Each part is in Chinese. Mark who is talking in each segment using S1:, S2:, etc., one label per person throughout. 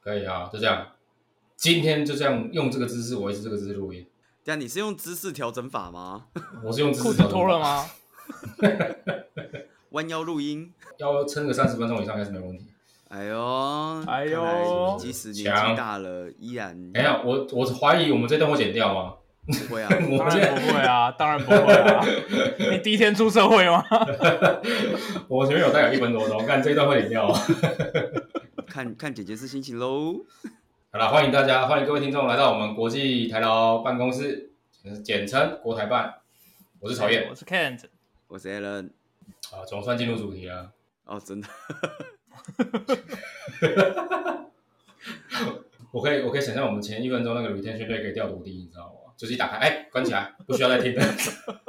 S1: 可以啊，就这样。今天就这样用这个姿势维持这个姿势录音。
S2: 对啊，你是用姿势调整法吗？
S1: 我是用姿
S3: 裤
S1: 势
S3: 子
S1: 调
S3: 脱
S1: 整
S3: 了
S1: 的，
S3: 吗？
S2: 弯腰录音。
S1: 要撑个三十分钟以上应该是没问题。
S2: 哎呦，
S3: 哎呦
S2: 看来即使年纪
S1: 强
S2: 大了，依然
S1: 等一下，我我怀疑我们这段会剪掉吗？
S2: 不 会啊。
S1: 我 们
S3: 当然
S1: 这
S3: 不会啊，当然不会啊。你第一天出社会 吗？
S1: 我前面有大概一分多钟，看这一段会剪掉 吗？
S2: 看看姐姐是心情喽。
S1: 好了，欢迎大家，欢迎各位听众来到我们国际台劳办公室，简称国台办。我是曹燕
S3: 我是 Kent，
S2: 我是 Alan。
S1: 啊，总算进入主题了。
S2: 哦，真的，
S1: 我可以，我可以想象我们前一分钟那个 retention rate 可以掉多低，你知道吗？就是一打开，哎，关起来，不需要再听了。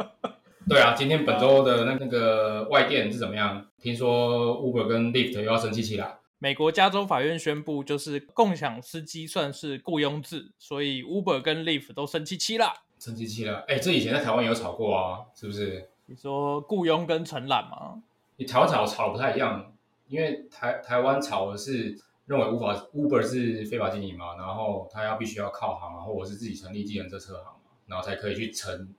S1: 对啊，今天本周的那那个外电是怎么样？听说 Uber 跟 Lyft 又要生气起来。
S3: 美国加州法院宣布，就是共享司机算是雇佣制，所以 Uber 跟 Lyft 都生气气啦。
S1: 生气气了，哎、这以前在台湾也有吵过啊，是不是？
S3: 你说雇佣跟承揽吗？
S1: 你台湾吵吵得不太一样，因为台台湾吵的是认为无法 Uber 是非法经营嘛，然后他要必须要靠行啊，或者是自己成立计程车车行嘛，然后才可以去承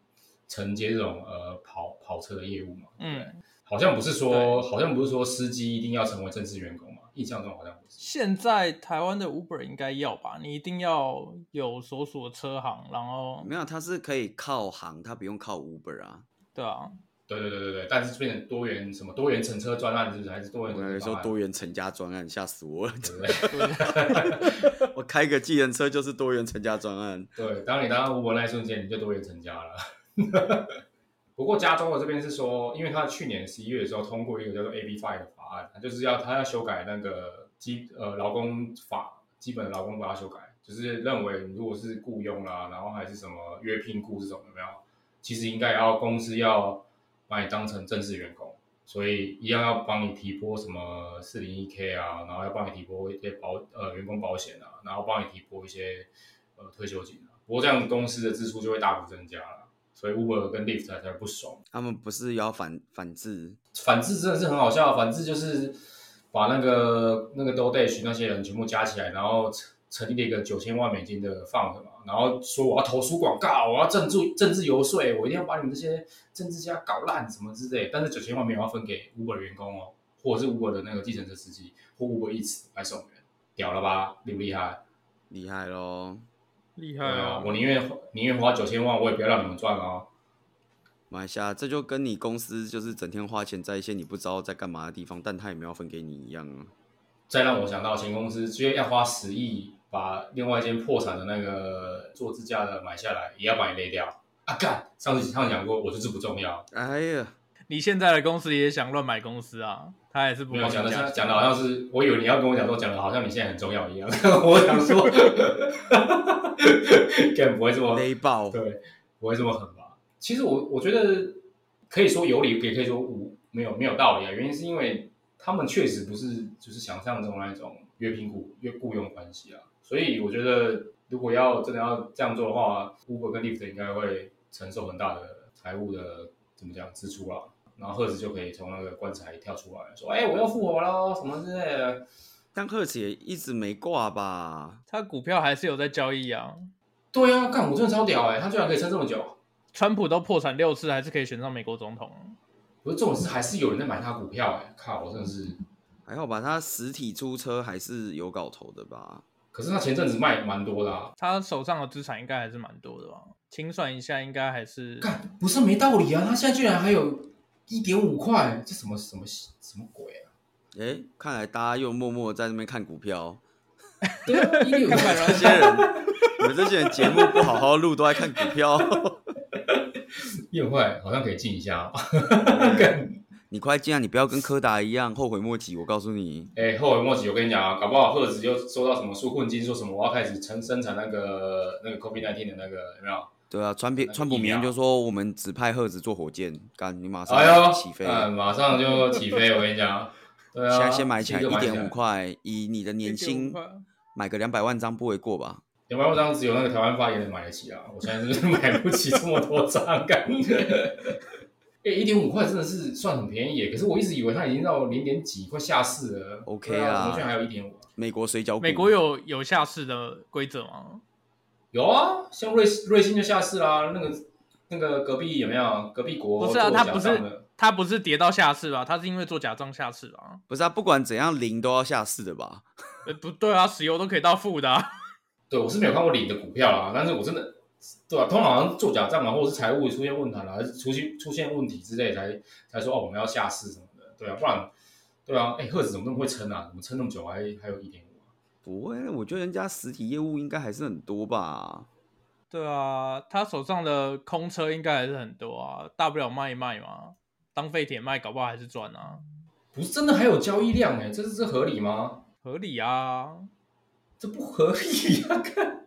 S1: 承接这种呃跑跑车的业务嘛。
S3: 嗯，
S1: 好像不是说，
S3: 对
S1: 好像不是说司机一定要成为正式员工嘛？印象中好像不是。
S3: 现在台湾的 Uber 应该要吧？你一定要有所属的车行，然后
S2: 没有，啊他是可以靠行，他不用靠 Uber 啊。
S3: 对啊，
S1: 对对对对对，但是变成多元什么多元乘车专案是不是？还是多
S2: 我
S1: 元
S2: 刚才
S1: 乘车
S2: 说
S1: 专案？
S2: 多元成家专案，吓死 我了！
S1: 对不对？
S2: 我开个计程车就是多元成家专案。
S1: 对，当你当到吴伯那一瞬间，你就多元成家了。 不过加州的这边是说，因为他去年十一月的时候通过一个叫做 AB Five 的法案，他就是要他要修改那个基呃劳工法，基本的劳工法要修改，就是认为如果是雇佣啦、然后还是什么约聘雇这种有没有，其实应该要公司要把你当成正式员工，所以一样要帮你提拨什么四零一 k 啊，然后要帮你提拨一些保呃员工保险啊，然后帮你提拨一些呃退休金啊。不过这样公司的支出就会大幅增加了，所以 Uber 跟 Lyft 才才不爽。
S2: 他们不是要反反制？
S1: 反制真的是很好笑，啊反制就是把那个那个 DoorDash 那些人全部加起来，然后成成立了一个九千万美金的 fund 嘛，然后说我要投书广告，我要政治政治游说，我一定要把你们这些政治家搞烂什么之类。但是九千万没有要分给 Uber 员工哦，或者是 Uber 的那个计程车司机或 Uber Eats 外送员，屌了吧，厉不厉害？
S2: 厉害喽！
S3: 厉
S1: 对啊，我宁愿宁愿花九千万，我也不要让你们赚哦。
S2: 马来西亚，这就跟你公司就是整天花钱在一些你不知道在干嘛的地方，但他也没有分给你一样啊。
S1: 再让我想到前公司直接要花十亿把另外一间破产的那个做支架的买下来，也要把你勒掉啊！干，上次上次讲过，我就是不重要，
S2: 哎呀，
S3: 你现在的公司也想乱买公司啊？他也是不
S1: 没有
S3: 帮你
S1: 讲的
S3: 加
S1: 讲的好像是，我以为你要跟我讲说讲的好像你现在很重要一样， 我想说，干不会这么
S2: 勒爆！
S1: 对，不会这么狠吧？其实我我觉得可以说有理，也可以说无没有没有道理啊。原因是因为他们确实不是就是想象中那一种约聘雇约雇佣关系啊，所以我觉得如果要真的要这样做的话，Uber 跟 Lyft 应该会承受很大的财务的怎么讲支出啦。然后赫兹就可以从那个棺材跳出来，说：“哎、我要复活喽，什么之类的。
S2: 但赫兹也一直没挂吧？
S3: 他股票还是有在交易啊。”
S1: 对啊，干我真的超屌哎、他居然可以撑这么久。
S3: 川普都破产六次，还是可以选上美国总统。
S1: 不是，这种事还是有人在买他股票哎、靠，我真的是。
S2: 还好吧，他实体出车还是有搞头的吧？
S1: 可是他前阵子卖蛮多的、啊，
S3: 他手上的资产应该还是蛮多的吧？清算一下，应该还是
S1: 干不是没道理啊！他现在居然还有一点五块，这什么什么什么鬼啊？
S2: 哎，看来大家又默默在那边看股票。
S1: 对啊， 一点五块，
S2: 这些人，你们这些人节目不好好录，都在看股票。
S1: 一点五块好像可以进一下、哦。
S2: 你快进啊！你不要跟柯达一样后悔莫及。我告诉你，
S1: 哎、后悔莫及，我跟你讲啊，搞不好赫子又收到什么纾困金，说什么我要开始生生产那个那个 COVID 1 9的那个有没有？
S2: 对啊，川普川普明天就说我们只派赫兹做火箭，干你马
S1: 哎呦
S2: 上，起飞。
S1: 嗯，马上就起飞，我跟你讲。对啊，
S2: 现在先买起来
S1: 立
S2: 一
S1: 刻
S2: 点五，块，以你的 年薪买个两百万张不为过吧？
S1: 两百万张只有那个台湾发言人买得起啊，我 现在是买不起这么多张， 感觉。哎，一点五块真的是算很便宜耶，可是我一直以为它已经到零点几，快下市了。
S2: OK
S1: 对啊，
S2: 啦
S1: 怎么居然还有一点五？
S2: 美国水饺股，
S3: 美国有有下市的规则吗？
S1: 有啊，像瑞瑞幸就下市啦、那个那个隔壁有没有？隔壁国
S3: 不是啊，
S1: 做假
S3: 它不
S1: 账
S3: 是
S1: 的
S3: 它不是跌到下市吧？它是因为做假账下市吧？
S2: 不是啊，不管怎样零都要下市的吧？
S3: 呃，不对啊，石油都可以到负的、啊，
S1: 对，我是没有看过领的股票啦，但是我真的，对吧、通常好像做假账啊，或者是财务出现问题啦，还是出现出现问题之类才才说哦，我们要下市什么的，对啊，不然，对啊，哎，赫子怎么那么会撑啊？怎么撑那么久还还有一点五啊？
S2: 不会，我觉得人家实体业务应该还是很多吧。
S3: 对啊，他手上的空车应该还是很多啊，大不了卖一卖嘛，当废铁卖，搞不好还是赚啊，
S1: 不是真的还有交易量哎、这是这合理吗？
S3: 合理啊。
S1: 这不合理啊！看，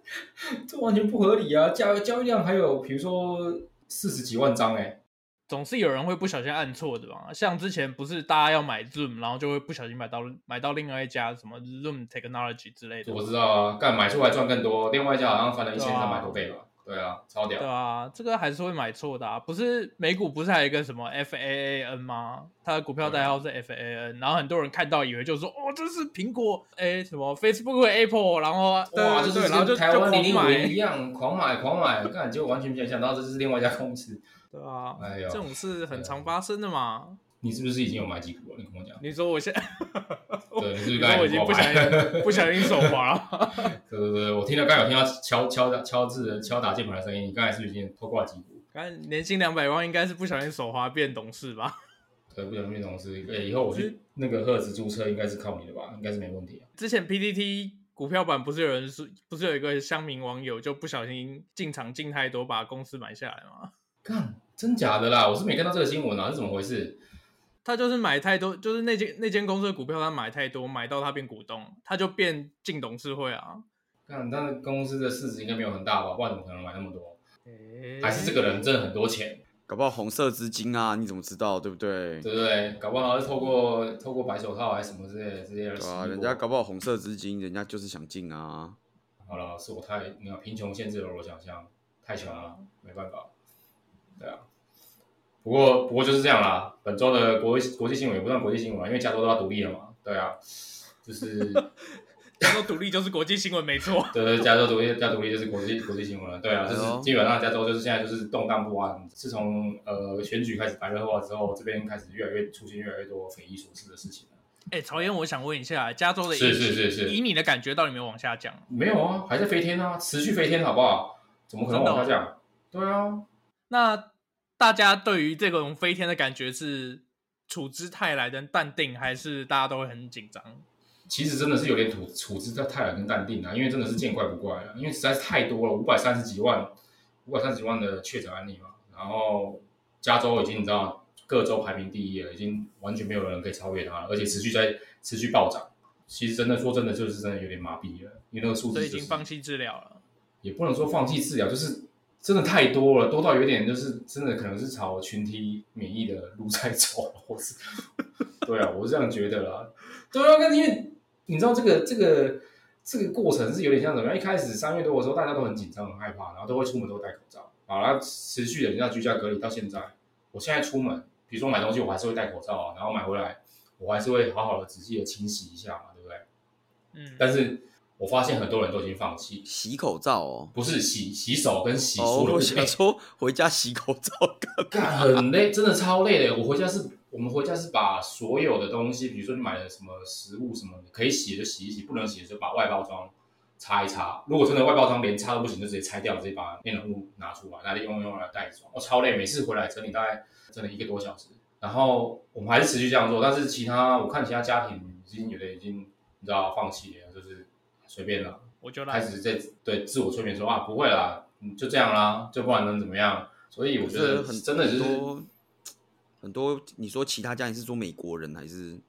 S1: 这完全不合理啊！交交易量还有比如说四十几万张哎、
S3: 总是有人会不小心按错的吧？像之前不是大家要买 Zoom，然后就会不小心买到买到另外一家什么 Zoom Technology 之类的，
S1: 我知道啊，干买出来赚更多，另外一家好像翻了一
S3: 对啊
S1: 千三百多倍吧？对啊，超屌
S3: 对！啊，这个还是会买错的啊。不是美股不是还有一个什么 FAAN 吗？它的股票代号是
S1: 啊
S3: FAAN，然后很多人看到以为就说哦，这是苹果哎什么 Facebook Apple，然后啊
S1: 哇，
S3: 对
S1: 啊就
S3: 对
S1: 是
S3: 对，然后就
S1: 跟台湾
S3: 就
S1: 零
S3: 狂
S1: 零五零一
S3: 买，
S1: 样，狂买狂买，干结果完全没有想到这是另外一家公司。
S3: 对啊，
S1: 哎
S3: 这
S1: 呦，
S3: 种事很常发生的嘛。
S1: 你是不是已经有买几股了？你跟我讲，
S3: 你说我现
S1: 对，你是不
S3: 你
S1: 是
S3: 说
S1: 刚才
S3: 哦 我已经
S1: 有
S3: 不
S1: 狂
S3: 小
S1: 买？
S3: 心不小心手滑了，
S1: 对对对，我听到刚才有听到敲敲打敲字敲打键盘的声音，你刚才是不是已经偷挂几股？
S3: 看年薪两百万应该是不小心手滑变懂事吧？
S1: 对，不能变同事。哎，以后我去那个赫兹注册应该是靠你的吧？应该是没问题啊。
S3: 之前 PTT 股票版不是有人说，不是有一个乡民网友就不小心进场进太多，把公司买下来吗？
S1: 干，真假的啦？我是没看到这个新闻啊，是怎么回事？
S3: 他就是买太多，就是那间那间公司的股票他买太多，买到他变股东，他就变进董事会啊。
S1: 看，但是公司的市值应该没有很大吧？不然怎么可能买那么多？
S3: 诶
S1: 还是这个人挣很多钱，
S2: 搞不好红色资金啊，你怎么知道，对不对？
S1: 对不对？搞不好是透过透过白手套还是什么之类的这些人。
S2: 对啊，人家搞不好红色资金，人家就是想进啊。
S1: 好了，是我太那个贫穷限制了我的想象，太穷了，没办法。对啊，不过不过就是这样啦。本周的国国际新闻也不算国际新闻啦，因为加州都要独立了嘛。对啊，就是。
S3: 加州独立就是国际新闻没错
S1: 对对，加州独立加独立就是国际国际新闻了。对啊，就
S2: 哎
S1: 是
S2: 呦
S1: 基本上加州就是现在就是动荡不安，自从呃选举开始白热化之后，这边开始越来越出现越来越多匪夷所思的事情了。
S3: 哎、曹燕，我想问一下，加州的疫
S1: 是
S3: 情，
S1: 是是是
S3: 以你的感觉到底有没有往下降？
S1: 没有啊，还在飞天啊，持续飞天好不好？怎么可能往下
S3: 真的哦
S1: 降？对啊，
S3: 那大家对于这种飞天的感觉是处之泰来的淡定，还是大家都会很紧张？
S1: 其实真的是有点处处置在泰然跟淡定啊，因为真的是见怪不怪了、啊因为实在是太多了，五百三十几万，五百三十几万的确诊案例嘛，然后加州已经你知道各州排名第一了，已经完全没有人可以超越它了，而且持续在持续暴涨。其实真的说真的，就是真的有点麻痹了，因为那个数
S3: 所
S1: 字、
S3: 以已
S1: 就
S3: 经
S1: 是、
S3: 放弃治疗了。
S1: 也不能说放弃治疗，就是真的太多了，多到有点就是真的可能是朝群体免疫的路在走，啊或是对啊，我是这样觉得啦。对啊，那因为你知道这个这个这个过程是有点像怎么样？一开始三月多的时候，大家都很紧张、很害怕，然后都会出门都戴口罩，好啦，持续的人家居家隔离到现在。我现在出门，比如说买东西，我还是会戴口罩啊，然后买回来，我还是会好好的仔细的清洗一下嘛，对不对？
S3: 嗯，
S1: 但是我发现很多人都已经放弃，
S2: 洗口罩哦。
S1: 不是洗洗手跟洗
S2: 哦，
S1: 漱的
S2: 我
S1: 部
S2: 想
S1: 分，
S2: 说回家洗口罩干 嘛？
S1: 哎干很累，真的超累的。我回家是，我们回家是把所有的东西，比如说你买了什么食物什么的，可以洗的就洗一洗，不能洗的就把外包装擦一擦。如果真的外包装连擦都不行，就直接拆掉，直接把面容物拿出来，拿来用用来袋子装。我、哦超累，每次回来整理大概整理一个多小时。然后我们还是持续这样做，但是其他我看其他家庭已经有的已经你知道放弃了，就是随便了。
S3: 我就
S1: 开
S3: 来。
S1: 始在对自我催眠说啊，不会啦，嗯就这样啦，就不然能怎么样？所以我觉得
S2: 很
S1: 真的就
S2: 很
S1: 是
S2: 多很多。你说其他家，你是说美国人还是？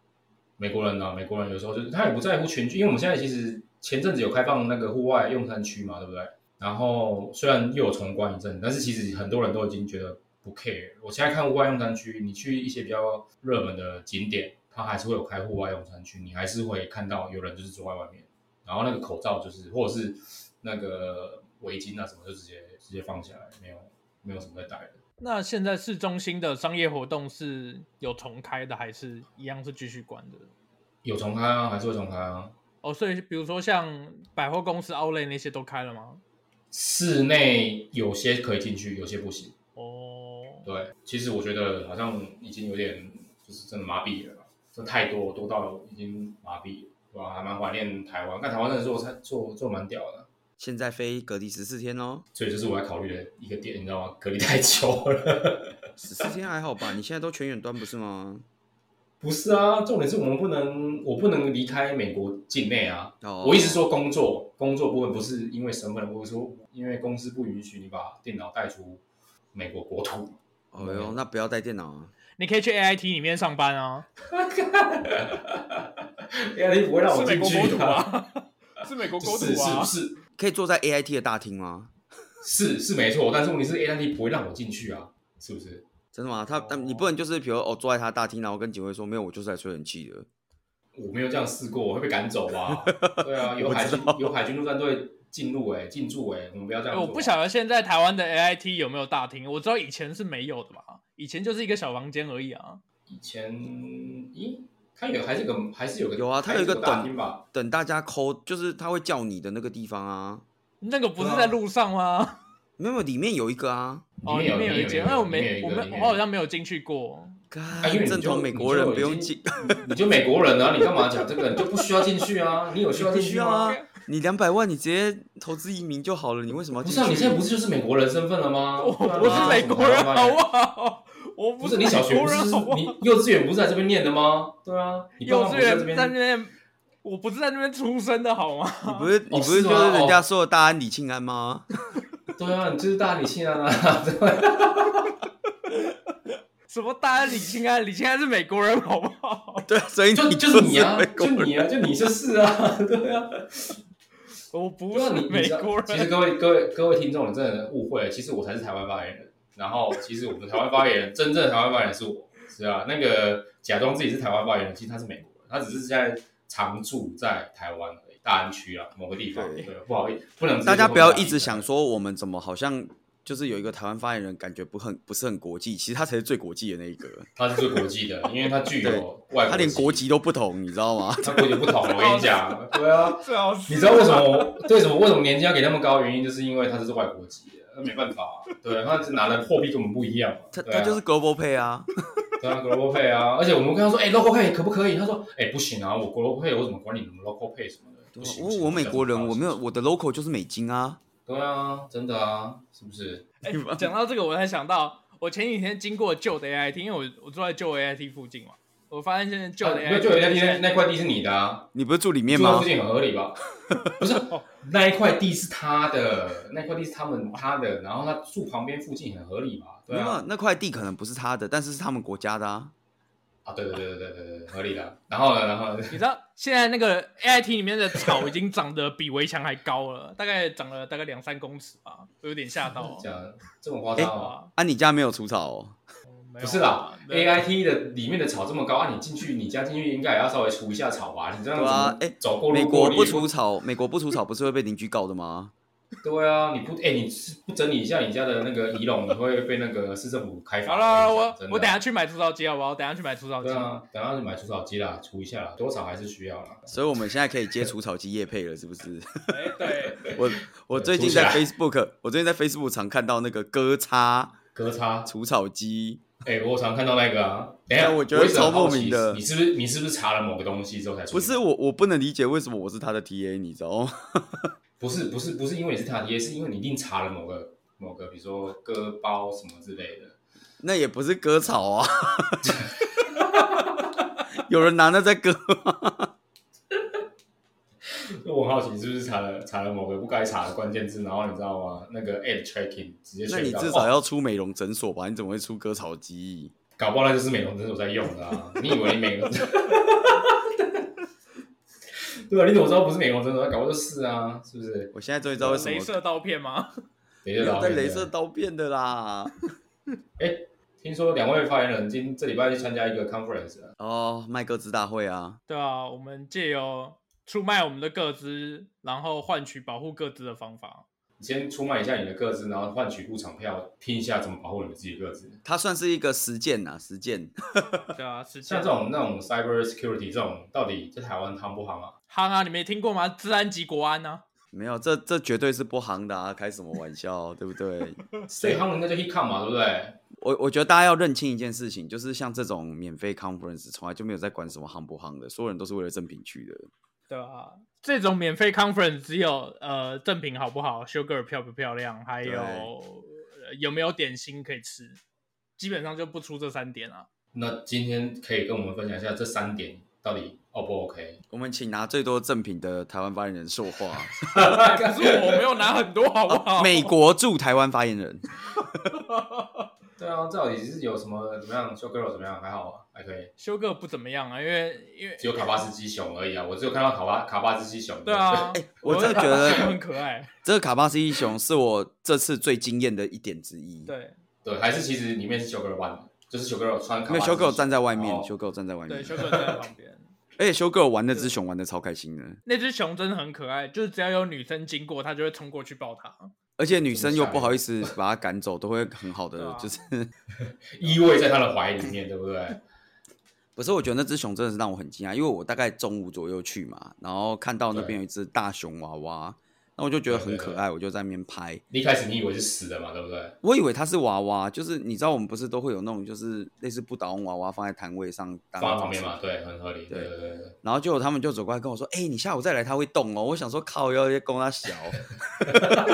S1: 美国人啊，美国人有时候就是他也不在乎群聚，因为我们现在其实前阵子有开放那个户外用餐区嘛，对不对？然后虽然又有重关一阵，但是其实很多人都已经觉得不 care。我现在看户外用餐区，你去一些比较热门的景点，它还是会有开户外用餐区，你还是会看到有人就是坐在外面，然后那个口罩就是或者是那个围巾啊什么，就直接直接放下来，没有没有什么在戴的。
S3: 那现在市中心的商业活动是有重开的，还是一样是继续关的？
S1: 有重开啊，还是会重开啊。
S3: 哦，所以比如说像百货公司、Outlet 那些都开了吗？
S1: 室内有些可以进去，有些不行。
S3: 哦，
S1: 对，其实我觉得好像已经有点就是真的麻痹了，这太多多到已经麻痹了，对吧？还蛮怀念台湾，但台湾真的做菜做做蛮屌的，
S2: 现在飞隔离十四天哦，
S1: 所以这是我在考虑的一个点，你知道吗？隔离太久了。
S2: 十四天还好吧？你现在都全远端不是吗？
S1: 不是啊，重点是我们不能，我不能离开美国境内啊。
S2: 哦，
S1: 我一直说工作，工作部分不是因为身份，我是说因为公司不允许你把电脑带出美国国土。
S2: 哦哟，那不要带电脑啊。
S3: 你可以去 AIT 里面上班啊，
S1: 哎，你不会让
S3: 是
S1: 我
S3: 美
S1: 进
S3: 国
S1: 去
S3: 国 土？啊， 是美国国土
S1: 是
S3: 啊
S1: 是，是
S2: 可以坐在 AIT 的大厅吗？
S1: 是是没错，但是问题是 A I T 不会让我进去啊，是不是？
S2: 真的吗？他
S3: 哦，
S2: 但你不能就是比如哦，坐在他大厅，然后跟警卫说没有，我就是来吹冷气的。
S1: 我没有这样试过，我会被赶走吧？对 啊，有
S2: 我
S1: 海
S2: 知
S1: 军
S2: 道
S1: 有海军陆战队进入哎、进驻哎、我们不要这样
S3: 哎
S1: 做啊、
S3: 我不晓得现在台湾的 AIT 有没有大厅，我知道以前是没有的吧，以前就是一个小房间而已啊。
S1: 以前咦，它有还是有个还是有个
S2: 有啊它
S1: 还
S2: 有
S1: 是
S2: 一
S1: 有
S2: 个
S1: 大
S2: 等
S1: 厅吧？
S2: 等大家抠，就是他会叫你的那个地方啊，
S3: 那个不是
S1: 对啊
S3: 在路上吗？
S2: 没有，没有里面有一个啊。
S3: 哦，
S1: 里
S3: 里
S1: 面
S3: 面
S1: 有
S3: 有一间，
S1: 里面
S3: 哎，
S1: 有
S3: 我
S1: 里面有一
S3: 没，我
S1: 个里，
S3: 没
S1: 面
S3: 我
S1: 有
S3: 好像没有进去过。
S1: 啊，因为
S2: 干，
S1: 你
S2: 正
S1: 就
S2: 统美国人不用，
S1: 你
S2: 进，
S1: 就已经你就美国人啊，你干嘛讲这个？你就不需要进去啊，你有需要
S2: 不
S1: 进去
S2: 需要
S1: 吗
S2: 啊？。你两百万，你直接投资移民就好了，你为什么要
S1: 不
S2: 进
S1: 是
S2: 去？
S1: 啊，你现在不是就是美国人身份了吗？
S3: 我
S1: 对啊
S3: 我是美国人，好？
S1: 你
S3: 不
S1: 要
S3: 好？我
S1: 不
S3: 不
S1: 是
S3: 美
S1: 你小学
S3: 国
S1: 不是
S3: 人，好不好？
S1: 你幼稚园不是在这边念的吗？对啊，你爸
S3: 幼
S1: 妈
S3: 稚
S1: 不是在这
S3: 园
S1: 边
S3: 在那边，我不是在那边出生的好吗？
S2: 你不是你
S1: 哦
S2: 不是
S1: 是
S2: 就
S1: 吗
S2: 是人
S1: 哦
S2: 家说的大安李庆安吗？
S1: 对啊，你就是大理庆安啊， 对吧？
S3: 什么大安李庆安，李庆安是美国人好不好？
S2: 对，啊所以
S1: 就
S2: 你
S1: 就是你
S2: 你
S1: 啊，
S2: 美
S1: 就
S2: 国人
S1: 你啊，就你就是啊， 对啊。
S3: 我不
S1: 不是
S3: 是
S1: 你啊你
S3: 美
S1: 知道
S3: 国
S1: 其实
S3: 人，
S1: 各位各位各位听众，你真的误会了，其实我才是台湾发言人。然后其实我们台湾发言人，真正的台湾发言人是我，是啊，那个假装自己是台湾发言人，其实他是美啊国人，他只是现在常住在台湾而已，大安区啊某个地方。
S2: 对
S1: 对，不好意思，不能直接
S2: 大家
S1: 说
S2: 不要
S1: 大安
S2: 一直
S1: 区
S2: 想说我们怎么好像就是有一个台湾发言人，感觉不很不是很国际，其实他才是最国际的那一个，
S1: 他是最国际的，因为 他具
S2: 对
S1: 有外
S2: 他连 国，籍都不同，你知道吗？
S1: 他国籍不同。我跟你讲，对啊，
S3: 最好是
S1: 你知道为什么我对什么为什么年纪要给那么高？原因就是因为他这是外国籍的，那没办法、啊，对，他这拿的货币跟我们不一样嘛。
S2: 他
S1: 对啊
S2: 他就是 global pay 啊，
S1: 对啊，Global Pay 啊，而且我们跟他说，哎、l o c a l Pay 可不可以？他说，哎、不行啊，我 Global Pay 我怎么管你们 Local Pay 什么的？不行，不
S2: 我
S1: 行
S2: 我美国人，我没。有
S1: 不行
S2: 我的 local 就是美金啊，
S1: 对啊，真的啊，是不是？
S3: 哎讲到这个，我才想到，我前几天经过旧的 AIT，因为我我住在旧 AIT 附近嘛，我发现现在旧的
S1: 啊没有就有
S3: AIT
S1: 那天那块地是你的啊，
S2: 你不是住里面
S1: 住在
S2: 吗
S1: 附？近很合理吧？不是，那一块地是他的，那块地是他们他的，然后他住旁边附近很合理嘛？对
S2: 没
S1: 啊
S2: 有，，那块地可能不是他的，但是是他们国家的啊。
S1: 啊，对对对对对对对，合理的。啊然后呢，然后呢
S3: 你知道现在那个 AIT 里面的草已经长得比围墙还高了， 大概长了大概两三公尺吧，我有点吓到 哦。
S1: 讲这么夸张哦？
S3: 啊，
S2: 啊，你家没有除草哦？
S3: 没有啊
S1: 不是啦
S3: 对
S1: ，AIT 的里面的草这么高啊，你进去你家进去应该也要稍微除一下草吧？你这样
S2: 对啊
S1: 子
S2: 哎
S1: 走过
S2: 美
S1: 路
S2: 国
S1: 过
S2: 不
S1: 滤。
S2: 除草，美国不除草不是会被邻居告的吗？
S1: 对啊，你不哎、你不整理一下你家的那个仪容，你会被那个市政府开罚。
S3: 好了，我
S1: 真的
S3: 我等下去买除草机好不好？我等下去买除草机
S1: 对。啊，等下去买除草机啦，除一下啦，多少还是需要啦。
S2: 所以我们现在可以接除草机业配了，是不是？
S3: 哎，对，
S2: 我我最近
S1: 除起来
S2: 在 Facebook，我最近在 Facebook 常看到那个割叉
S1: 割叉，
S2: 除草机，
S1: 哎、我常看到那个啊。等一下，
S2: 但我觉得
S1: 一直很
S2: 超
S1: 好
S2: 莫
S1: 奇
S2: 名的
S1: 你是不是你是不是查了某个东西之后才出
S2: 不是我我不能理解为什么我是他的 TA，你知道吗？
S1: 不是不是不是因为你是他爹，是因为你一定查了某个某个，比如说割包什么之类的。
S2: 那也不是割草 啊，有人拿那在 割
S1: 我很好奇，你是不是查了查了某个不该查的关键字，然后你知道吗？那个 ad tracking 直接
S2: 那
S1: track
S2: 你
S1: 到哦
S2: 至少要出美容诊所吧？你怎么会出割草机？
S1: 搞不好那就是美容诊所在用的 啊！你以为你美容？ 对啊，你怎么知道不是美容诊所？搞不好就是啊，是不是？
S2: 我现在终于知道为什
S3: 镭
S2: 么
S3: 射刀片吗？
S1: 等一
S2: 没
S1: 下
S2: 有
S1: 老
S2: 带
S1: 板
S2: 镭射。刀片的啦。
S1: 听说两位发言人今这礼拜去参加一个 conference，啊
S2: 哦，麦哥子大会啊，
S3: 对啊，我们借由出卖我们的个资，然后换取保护个资的方法。
S1: 你先出卖一下你的个资，然后换取入场票，拼一下怎么保护你们自己的个资。
S2: 它算是一个实践呐、实践。
S3: 对啊，是
S1: 像这种那种 cyber security 这种，到底在台湾夯不夯啊？
S3: 夯啊，你没听过吗？治安及国安啊呢、
S2: 没有，这这绝对是不行的啊！开什么玩笑，对不对？
S1: 最夯的应该就 Hicom 嘛，对不对？
S2: 我我觉得大家要认清一件事情，就是像这种免费 conference 从来就没有在管什么夯不夯的，所有人都是为了正品去的。
S3: 对啊，这种免费 conference 只有呃赠品好不好，修格尔漂不漂亮，还有、呃有没有点心可以吃，基本上就不出这三 点啊。
S1: 那今天可以跟我们分享一下这三点到底 O 不 OK？
S2: 我们请拿最多正品的台湾发言人说话，
S3: 可是我没有拿很多，好不 好？
S2: 美国驻台湾发言人。
S1: 对啊，这到底是有什么怎么样？修 girl 怎么样？还好啊，还可以，
S3: 修格尔不怎么样啊，因为因为
S1: 只有卡巴斯基熊而已啊。我只有看到卡巴卡巴斯基熊。
S3: 对啊，
S2: 哎我真的觉得
S3: 修格尔很可爱。
S2: 这个卡巴斯英雄是我这次最惊艳的一点之一。，
S3: 对
S1: 对，还是其实里面是修 girl 扮的，就是修 girl 穿卡巴
S2: 没
S1: 斯
S2: 有
S1: 基
S2: 修狗站在外面，
S1: 哦
S2: 修狗站在外面
S3: 对，。修格尔在 旁边。
S2: 而且修狗玩那只熊玩的超开心的，
S3: 那只熊真的很可爱，就是只要有女生经过，它就会冲过去抱 它。
S2: 而且女生又不好意思把它赶走，都会很好
S3: 对
S2: 的，
S3: 啊
S2: 就是
S1: 依偎在他的怀里面，对不对？
S2: 不是，我觉得那只熊真的是让我很惊讶，因为我大概中午左右去嘛，然后看到那边有一只大熊娃娃，那我就觉得很可爱，我就在那边拍。
S1: 一开始你以为是死的嘛，对不对？
S2: 我以为它是娃娃，就是你知道我们不是都会有那种就是类似不倒翁娃娃放在摊位上当
S1: 放在旁边
S2: 装饰
S1: 嘛，对，很合理。
S2: 对
S1: 对对对对，
S2: 然后就有他们就走过来跟我说：“哎、你下午再来，它会动哦。”我想说靠，要要供它小。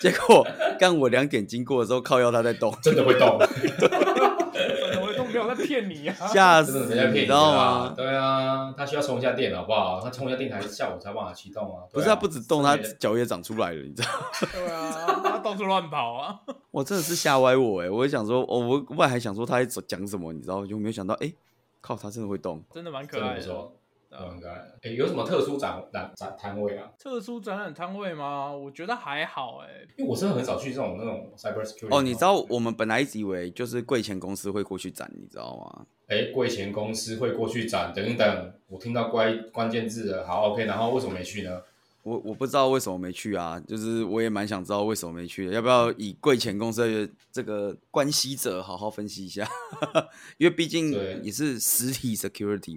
S2: 结果干我两点经过的时候，靠腰它在动，
S1: 真的会动，
S3: 我的都没有在骗你啊！
S2: 吓
S1: 真
S2: 死，
S1: 的人家
S2: 你
S1: 骗
S2: 知
S1: 你的
S2: 道
S1: 啊
S2: 吗？
S1: 对啊，他需要充一下电，好不好？他充一下电才下午才办法启动啊。对啊
S2: 不是它不止动，它
S1: 真的
S2: 脚也长出来了，你知道吗。
S3: 对啊，它到处乱跑啊！
S2: 我真的是吓歪我哎！我想说，哦、我我本来还想说他在讲什么，你知道，就没有想到，哎、靠，他真的会动。
S3: 真的蛮可
S1: 真的
S3: 爱
S1: 不
S3: 的。
S1: 错，嗯，
S3: 对啊
S1: 应该。哎，有什么特殊展展展摊位啊？
S3: 特殊展览摊位吗？我觉得还好哎、
S1: 因为我真的很少去这种那种 cyber security。
S2: 哦，你知道我们本来一直以为就是贵钱公司会过去展，你知道吗？
S1: 哎，贵钱公司会过去展，等一等，我听到关关键字了，好 OK，然后为什么没去呢？
S2: 我我不知道为什么没去啊，就是我也蛮想知道为什么没去的，要不要以贵钱公司的这个关系者好好分析一下？ 因为毕竟
S1: 对
S2: 也是实体 security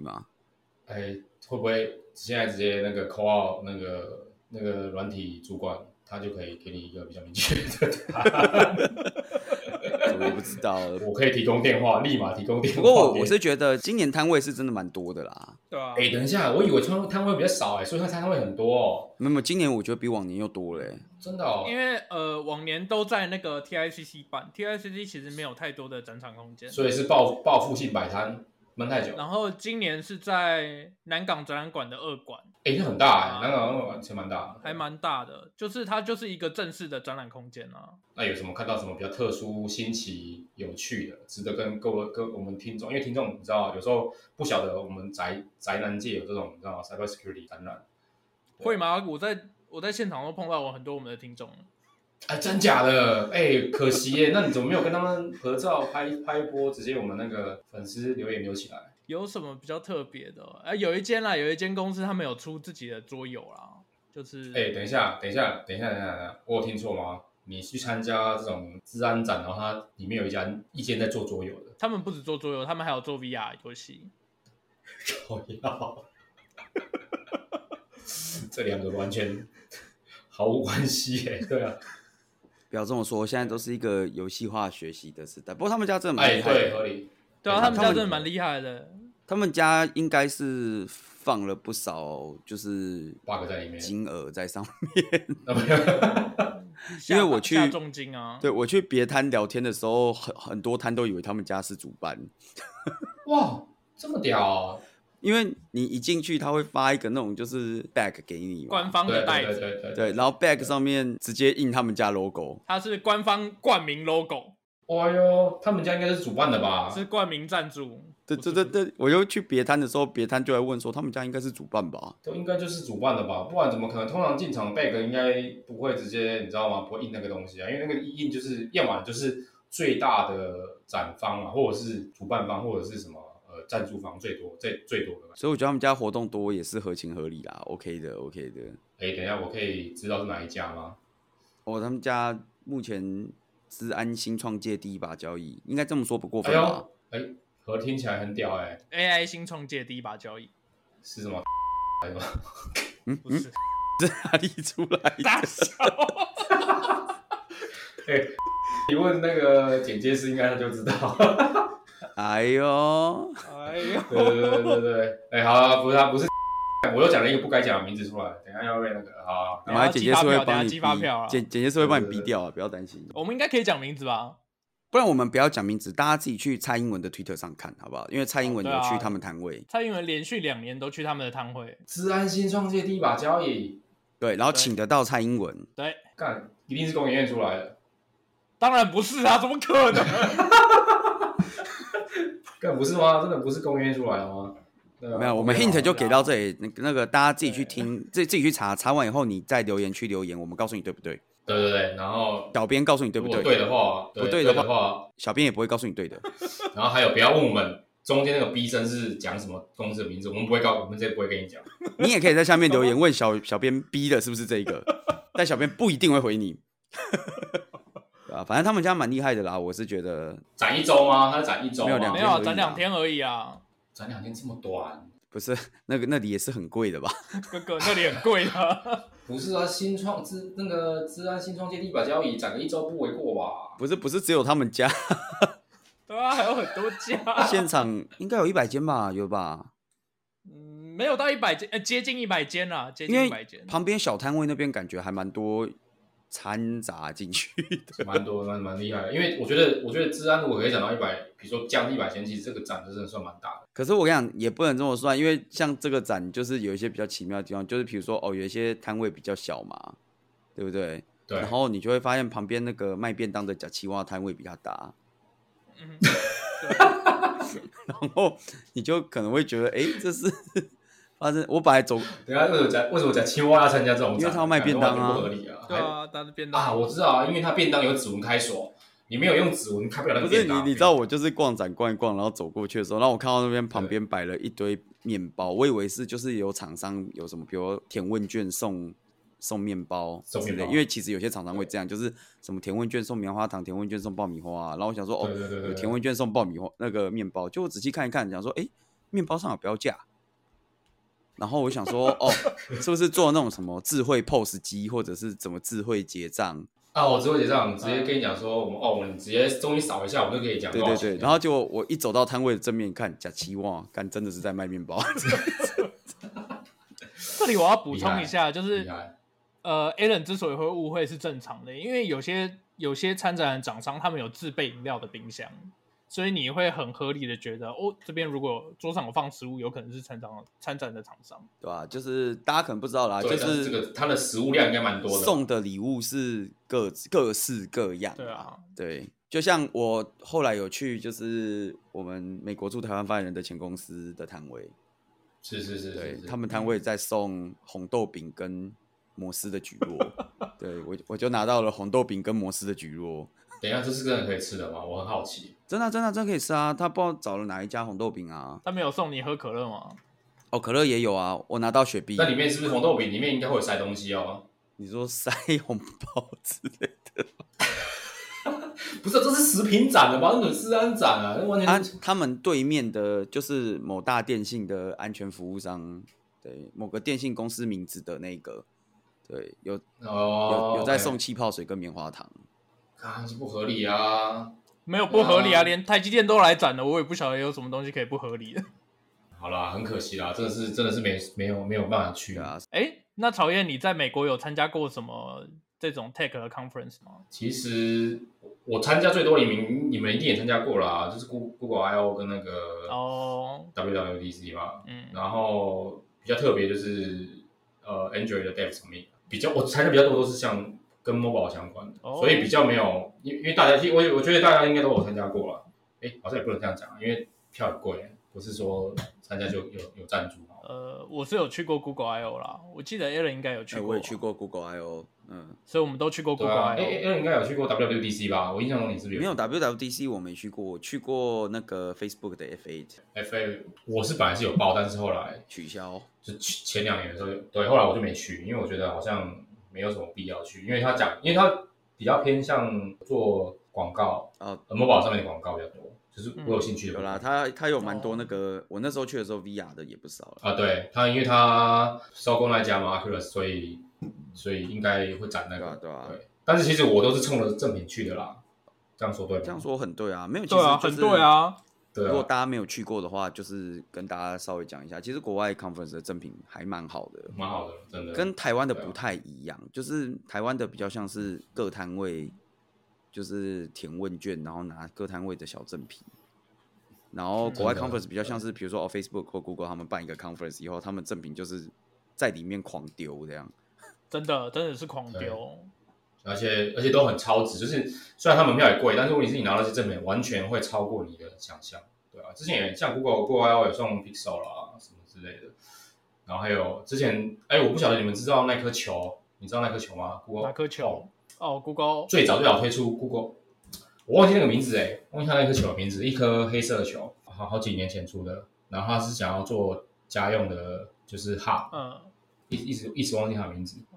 S2: 嘛。
S1: 哎，会不会现在直接那个 call out 那个那个软体主管，他就可以给你一个比较明确的 答案？
S2: 我不知道。
S1: 我可以提供电话，立马提供电话。
S2: 不过我我是觉得今年摊位是真的蛮多的啦，
S3: 对啊，
S1: 哎、等一下，我以为摊摊位比较少哎、所以它摊位很多哦，
S2: 没有，没有今年我觉得比往年又多了、欸。
S1: 真的哦。
S3: 因为呃往年都在那个 TICC 办，TICC 其实没有太多的展场空间，
S1: 所以是报报复性摆摊，闷太久。
S3: 然后今年是在南港展览馆的二馆，
S1: 哎、那很大
S3: 啊
S1: 哎、那个完全蛮大的。
S3: 还蛮大的，就是它就是一个正式的展览空间啊。
S1: 那有什么看到什么比较特殊、新奇、有趣的，值得跟各位跟我们听众，因为听众你知道，有时候不晓得我们宅宅男界有这种你知道 cyber security 感染，对啊
S3: 会吗？我在我在现场都碰到我很多我们的听众，
S1: 哎、真假的？哎、可惜耶、那你怎么没有跟他们合照拍拍一波，直接我们那个粉丝留言留起来？
S3: 有什么比较特别的？哎、有一间啦，有一间公司他们有出自己的桌游啦，就是
S1: 哎、等一下，等一下，等一下，等一下，等一下，我有听错吗？你去参加这种治安展，然后它里面有一家一间在做桌游的，
S3: 他们不止做桌游，他们还有做 VR 游戏。
S1: 靠腰，这两个完全毫无关系耶、对啊，
S2: 不要这么说，现在都是一个游戏化学习的时代。不过他们家真的蛮
S1: 哎，
S2: 厉害
S1: 对，合
S2: 的，
S1: 理，
S3: 对啊，
S1: 对
S3: 他们
S2: 他
S3: 家
S2: 们
S3: 真的蛮厉害的。
S2: 他们家应该是放了不少就是
S1: ，bug 在里面，
S2: 金额在上面。
S1: 那没有，
S3: 下
S2: 因为我去
S3: 下重金啊，
S2: 对我去别摊聊天的时候，很很多摊都以为他们家是主办，
S1: 哇，这么屌哦、
S2: 因为你一进去他会发一个那种就是 bag 给你嘛，
S3: 官方
S1: 对
S3: 的袋
S1: 对对
S3: 子，
S1: 对对
S2: 对，然后 bag 上面直接印他们家 logo。
S3: 它是官方冠名 logo，
S1: 哎呦，他们家应该是主办的吧？
S3: 是冠名赞助。
S2: 对
S3: 不是
S2: 对对，对，我又去别摊的时候，别摊就来问说他们家应该是主办吧？
S1: 都应该就是主办的吧，不然怎么可能？通常进场 bag 应该不会直接，你知道吗？不会印那个东西啊，因为那个一印啊就是，要么就是最大的展方嘛，或者是主办方，或者是什么呃赞助方最多最最多的吧。
S2: 所以我觉得他们家活动多也是合情合理啦，OK 的，OK 的。
S1: 哎，等一下，我可以知道是哪一家吗？
S2: 哦，他们家目前是安新创界第一把交椅，应该这么说不过
S1: 哎
S2: 分吧？
S1: 呦，哎，和听起来很屌哎、
S3: AI 新创界第一把交椅，
S1: 是什么？
S2: 嗯
S3: 不
S2: 嗯，
S3: 是、啊
S2: 这哪里出来的？
S3: 大小，
S1: 你问那个剪接师，应该他就知道。
S2: 哎呦，
S3: 哎呦，
S1: 对对对对对，哎，好啊，不是他不是，我又讲了一个不该讲的名字出来，等一下要被那个好啊，
S2: 我
S3: 你
S2: 们
S3: 要
S2: 还简
S3: 寄
S2: 介
S3: 发
S2: 是会
S3: 票等
S2: 帮
S3: 下
S2: 你
S3: 寄发票啊
S2: 逼，简简介是会帮你
S1: 对对
S2: 逼
S1: 对
S2: 掉啊，不要担心。
S3: 我们应该可以讲名字吧？
S2: 不然我们不要讲名字，大家自己去蔡英文的 Twitter 上看好不好？因为蔡英文
S3: 哦
S2: 有
S3: 对啊
S2: 去他们摊位，
S3: 蔡英文连续两年都去他们的汤会，
S1: 治安新创界第一把交椅，
S2: 对，然后
S3: 对
S2: 请得到蔡英文，
S3: 对，
S1: 干，一定是工研院出来的，
S3: 当然不是啊，怎么可能？
S1: 干不是吗？真的不是工研院出来的吗？对啊
S2: 没有，我们
S1: 对啊
S2: hint 就
S3: 对
S2: 给
S3: 啊
S2: 到这里，那个那个大家自己去
S3: 对
S2: 听，自己自己去查，查完以后你在留言区留言，我们告诉你对不对，
S1: 对对对，然
S3: 哦
S1: 后
S2: 小编告诉你对
S1: 如
S2: 不
S1: 果
S2: 对，
S1: 对的话，
S2: 不对
S1: 对
S2: 的话
S1: 的话，
S2: 小编也不会告诉你对的。
S1: 然后还有不要问我们中间那个 B 声是讲什么公司的名字，我们不会告，我们这不会跟你讲。
S2: 你也可以在下面留言 问小小编逼的是不是这一个，但小编不一定会回 你。对啊，反正他们家蛮厉害的啦，我是觉得
S1: 展一周吗？他展一周吗
S2: 没有两
S3: 没
S2: 天
S3: 有
S2: 而
S3: 啊，
S2: 已啊
S3: 展两天而已啊，
S1: 展两天这么短？
S2: 不是那个那里也是很贵的吧？
S3: 哥哥那里很贵的，
S1: 不是啊，新创资那个资安新创界第一把交椅展个一周不为过吧？
S2: 不是不是只有他们家，
S3: 对啊，还有很多家，
S2: 现场应该有一百间吧，有吧？
S3: 嗯，没有到一百间，呃，接近一百间啦，接
S2: 因
S3: 近一百
S2: 为
S3: 间，
S2: 旁边小摊位那边感觉还蛮多掺杂进去的。
S1: 蛮多蛮蛮厉害的，因为我觉得我觉得资安如果可以涨到一百，比如说降一百千，其实这个展就真的算蛮大的。
S2: 可是我跟你讲，也不能这么算，因为像这个展就是有一些比较奇妙的地方，就是比如说哦，有一些摊位比较小嘛，对不对？
S1: 对
S2: 然，后你就会发现旁边那个卖便当的假青蛙摊位比较大，
S3: 嗯，
S2: 然后你就可能会觉得，哎，这是 发生。我本来走，
S1: 等一下为什么讲为什么讲青蛙要参加这种展？
S2: 因为他要卖便当啊
S1: 感觉完全不合理啊！
S3: 对啊，但是变
S1: 还啊，
S3: 大，
S1: 我知道啊，因为他便当有指纹开锁，你没有用指纹开不了那
S2: 不
S1: 个便
S2: 是你
S1: 当。，
S2: 你知道我就是逛展逛一逛，然后走过去的时候，然后我看到那边旁边摆了一堆面包，我以为是就是有厂商有什么，比如填问卷送送面包之
S1: 送面
S2: 类，
S1: 包
S2: 因为其实有些厂商会这样，就是什么填问卷送棉花糖，填问卷送爆米花、然后我想说，哦
S1: 对，对对对对，
S2: 有填问卷送爆米花那个面包，就我仔细看一看，想说，哎、面包上有标价。然后我想说，哦，是不是做那种什么智慧 POS 机，或者是怎么智慧结账？
S1: 啊，我只会结账，直接跟你讲说，我们哦，我们直接东西扫一下，我们就可以讲
S2: 对
S1: 多少
S2: 对
S1: 钱。
S2: 对。然后结果我一走到摊位的正面看，假期望，看真的是在卖面包。
S3: 这里我要补充一下，就是
S1: 厉害，
S3: 呃 a l n 之所以会误会是正常的，因为有些有些参展的厂商他们有自备饮料的冰箱，所以你会很合理的觉得，哦，这边如果桌上有放食物，有可能是参展参展的厂商。
S2: 对吧、就是大家可能不知道啦，
S1: 对
S2: 啊就
S1: 但是这
S2: 是
S1: 个它的食物量应该蛮多的。
S2: 送的礼物是各各式各样。
S3: 对啊，
S2: 对，就像我后来有去，就是我们美国驻台湾发言人的前公司的摊位，
S1: 是是是
S2: 对
S1: 是，是
S2: 他们摊位在送红豆饼跟摩斯的 蒟蒻，对我我就拿到了红豆饼跟摩斯的蒟蒻，
S1: 等一下，这是真的可以吃的吗？我很好奇。
S2: 真的啊真的啊真的可以吃啊！他不知道找了哪一家红豆饼啊，
S3: 他们有送你喝可乐吗？
S2: 哦，可乐也有啊，我拿到雪碧
S1: 那，里面是不是红豆饼？里面应该会有塞东西哦。
S2: 你说塞红包 之类
S1: 不是，这是食品展的吧？那种治安展啊，那完
S2: 啊
S1: 全是，
S2: 他们对面的就是某大电信的安全服务商，对某个电信公司名字的那个，对，有
S1: 哦
S2: 有，有在送气泡水跟棉花糖。
S1: 啊，这不合理啊！
S3: 没有不合理啊，
S1: 啊
S3: 连台积电都来展了，我也不晓得有什么东西可以不合理的。
S1: 好啦，很可惜啦，真的是真的是没没有没有办法去
S2: 对。啊，
S3: 哎，那曹燕，你在美国有参加过什么这种 tech 的 conference 吗？
S1: 其实我我参加最多，你们你们一定也参加过啦，就是 Google Google I O 跟那个
S3: 哦，
S1: WWDC 吧。
S3: 嗯，
S1: 然后比较特别就是呃 Android 的 Dev Summit，比较我参加比较多都是像跟 mobile 相关的，
S3: 哦
S1: 所以比较没有，因因为大家其实我啊我觉得大家应该都有参加过了，哎，好像也不能这样讲，因为票很贵，不是说参加就有有赞助嘛。
S3: 呃，我是有去过 Google I O 啦，我记得 Alan 应该有去
S2: 哎
S3: 过，
S2: 我也去，过 Google I O，嗯，
S3: 所以我们都去过
S1: 对
S3: Google
S1: 啊，
S3: I
S1: 哎
S3: O。
S1: 哎，应该有去过 WWDC 吧？我印象中你是不是
S2: 哦没有 WWDC 我没去过，我去过那个 Facebook 的 F8
S1: FA？我是本来是有报，但是后来
S2: 取消，
S1: 就前两年的时候，对，后来我就没去，因为我觉得好像没有什么必要去，因为他讲，因为他比较偏向做广告，
S2: 哦嗯
S1: 呃，mobile 上面的广告比较多，就是我有兴趣的部
S2: 有
S1: 分。
S2: 啦，它它有蛮多那个，我那时候去的时候 VR 的也不少了，
S1: 啊，对他，因为他收购那家嘛 Oculus，所以所以应该会展那
S2: 对
S1: 个。
S2: 啊对啊，
S1: 对，但是其实我都是冲着正品去的啦，这样说对吗？
S2: 这样说很对啊，没有，其
S3: 对
S2: 实
S3: 啊，
S2: 就
S3: 很
S2: 是
S3: 对啊，
S1: 对
S2: 如果
S1: 啊，
S2: 大家没有去过的话，就是跟大家稍微讲一下，其实国外 conference 的赠品还蛮好的，
S1: 蛮好的，真的。
S2: 跟台湾的
S1: 对啊
S2: 不太一样，就是台湾的比较像是各摊位就是填问卷，然后拿各摊位的小赠品。然后国外
S1: 真的
S2: conference 比较
S1: 嗯啊
S2: 像是，比如说哦，Facebook 或 Google 他们办一个 conference 以后，他们赠品就是在里面狂丢这样。
S3: 真的真的是狂丢。
S1: 而且而且都很超值，就是虽然它门票也贵，但是问题是你拿到这些正品，完全会超过你的想象，对啊，之前也像 Google Google I/O 有送 Pixel 啦什么之类的，然后还有之前哎，我不晓得你们知道那颗球，你知道那颗球吗？Google
S3: 哪颗
S1: 哦
S3: 球？哦，Google
S1: 最早最早推出 Google，我忘记那个名字哎，忘记它那颗球的名字，一颗黑色的球，好好几年前出的，然后它是想要做家用的，就是 Hub，
S3: 嗯
S1: 一一直一直忘记它的名字，
S3: 呃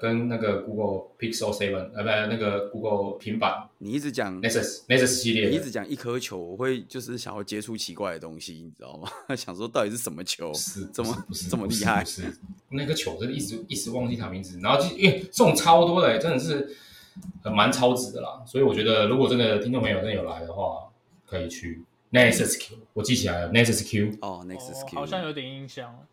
S1: 跟那个 Google Pixel Seven 呃不那个 Google 平板。
S2: 你一直讲，
S1: Nexus Nexus 系列
S2: 你一
S1: 的
S2: 直讲一颗球，我会就是想要接触奇怪的东西，你知道吗？ 想说到底是什么球？
S1: 是
S2: 这么
S1: 不是
S2: 这么
S1: 不是
S2: 厉害
S1: 不是那个球真的一直一直忘记他名字，然后就因为这种超多的、真的是很蛮超值的啦。所以我觉得，如果真的听众朋友真的有来的话，可以去 Nexus Q，我记起来了，Nexus Q
S2: 哦
S3: 哦
S2: ，Nexus Q，
S3: 好像有点印象。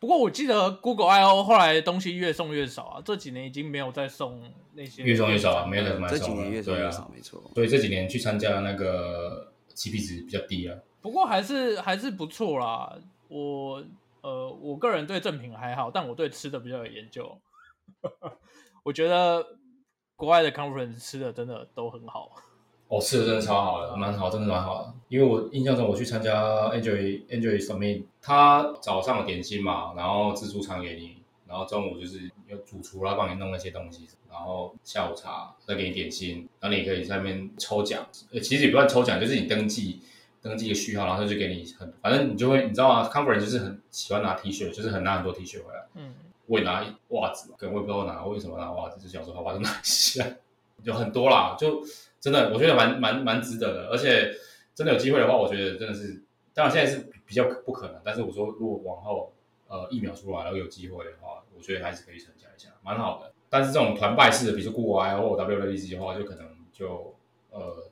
S3: 不过我记得 Google I O 后来东西越送越少啊，这几年已经没有再送那些
S1: 越送越少啊，没有什么
S2: 这
S1: 蛮
S2: 几
S1: 送
S2: 年
S1: 的，
S2: 越送
S1: 对
S2: 越
S1: 啊
S2: 少，。没错。
S1: 所以这几年去参加那个起币值比较低啊，
S3: 不过还是还是不错啦。我呃，我个人对正品还好，但我对吃的比较有研究。 我觉得国外的 conference 吃的真的都很好。
S1: 哦，吃的真的超好的，蛮好，真的蛮好的。因为我印象中我去参加 Angel Angel Summit，他早上有点心嘛，然后自助餐给你，然后中午就是有主厨啦帮你弄那些东西，然后下午茶再给你点心，然后你可以在那边抽奖，呃，其实也不算抽奖，就是你登记。登记一个序号，然后他就给你很，反正你就会，你知道吗？Conference 就是很喜欢拿 T 恤，就是很拿很多 T 恤回来。
S3: 嗯，
S1: 我也拿袜子嘛，可能我也不知道我拿为什么拿袜子，就想说好吧，就拿一下， 有很多啦，就真的我觉得蛮蛮蛮值得的，而且真的有机会的话，我觉得真的是，当然现在是比较不可能，但是我说如果往后呃疫苗出来然后有机会的话，我觉得还是可以参加一下，蛮好的。但是这种团拜式的，比如说 Google I O W W D C 的话，就可能就呃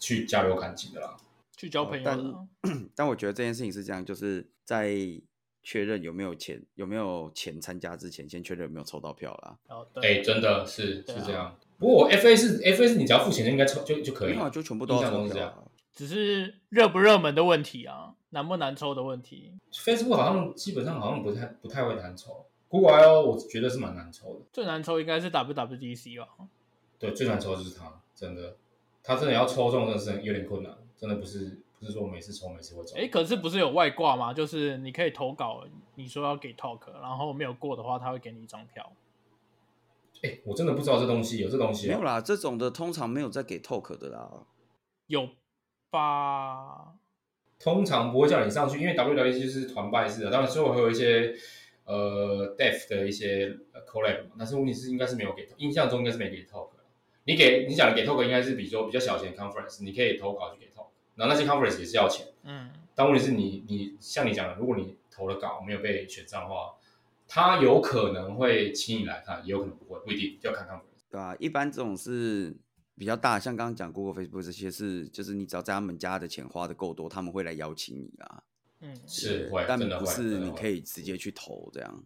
S1: 去交流感情的啦。
S3: 去交朋友
S2: 但
S3: 了。
S2: 嗯但我觉得这件事情是这样，就是在确认有没有钱有没有钱参加之前，先确认有没有抽到票啦。
S3: 哦，
S1: 哎、
S3: 对，
S1: 真的是是
S3: 对啊
S1: 这样。不过 F A 是 F A 是你只要付钱就应该抽就就可以
S2: 没有啊，
S1: 了，
S2: 就全部都要
S1: 印象
S2: 抽
S1: 中是这
S2: 票
S1: 样
S2: 啊。
S3: 只是热不热门的问题啊，难不难抽的问题。
S1: Facebook 好像基本上好像不太不太会难抽，Google I O 我觉得是蛮难抽的。
S3: 最难抽应该是 WWDC 吧？
S1: 对，最难抽的就是它，真的，它真的要抽中真的是有点困难，真的不是不是说每次抽每次会中。
S3: 哎，可是不是有外挂吗？就是你可以投稿，你说要给 talk，然后没有过的话，他会给你一张票。
S1: 哎，我真的不知道这东西有这东西、
S2: 没
S1: 啊，
S2: 有啦，这种的通常没有再给 talk 的啦。
S3: 有吧？
S1: 通常不会叫你上去，因为 WWDC 就是团拜式的，当然最后会有一些呃 Deaf 的一些呃 collab 嘛，但是问题是应该是没有给，印象中应该是没给 talk 的。你给你讲的给 talk 应该是比如说比较小型的 conference，你可以投稿去给 talk，然后那些 conference 也是要钱。
S3: 嗯，
S1: 但问题是你你像你讲的，如果你投了稿没有被选上的话，他有可能会请你来看，也有可能不会，不一定要看看。
S2: 对啊，一般这种是比较大，像刚刚讲 Google、Facebook 这些是，就是你只要在他们家的钱花的够多，他们会来邀请你啦。
S3: 嗯，
S1: 是
S2: 对
S1: 会，
S2: 但
S1: 真的
S2: 不
S1: 会，
S2: 是
S1: 真的
S2: 你
S1: 会
S2: 可以直接去投这样。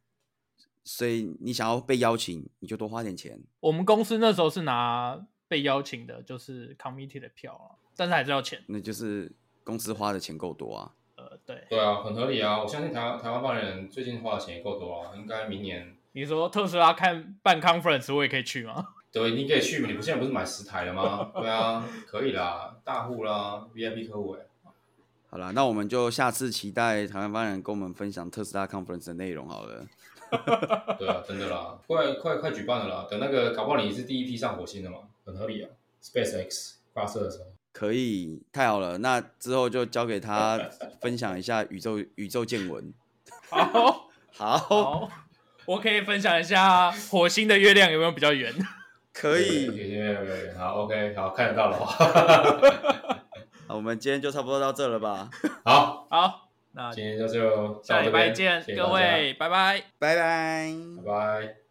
S2: 所以你想要被邀请，你就多花点钱。
S3: 我们公司那时候是拿被邀请的，就是 committee 的票啊，但是还是要钱。
S2: 那就是公司花的钱够多啊。
S3: 呃，对，
S1: 对啊，很合理啊！我相信台湾台湾帮人最近花的钱也够多啊，应该明年
S3: 你说特斯拉看办 conference 我也可以去吗？
S1: 对你可以去，你不现在不是买十台了吗？对啊，可以啦，大户啦，VIP 客户哎、
S2: 好啦，那我们就下次期待台湾发言人跟我们分享特斯拉 conference 的内容好了。
S1: 对啊，真的啦，快快快举办了啦！等那个，搞不好你是第一批上火星的嘛，很合理啊。SpaceX 发射的时候，
S2: 可以，太好了，那之后就交给 他分享一下宇宙宇宙见闻。
S3: 好，
S2: 好，
S3: 好，我可以分享一下火星的月亮有没有比较圆？
S2: 可以，
S1: 对，对对对好，OK，好，看得到了。
S2: 好我们今天就差不多到这了吧，
S1: 好，
S3: 好，那
S1: 今天就就到
S3: 下礼拜
S1: 这边
S3: 见
S1: 谢，谢
S3: 各
S1: 大家
S3: 位，拜拜。
S2: 拜拜。
S1: 拜拜。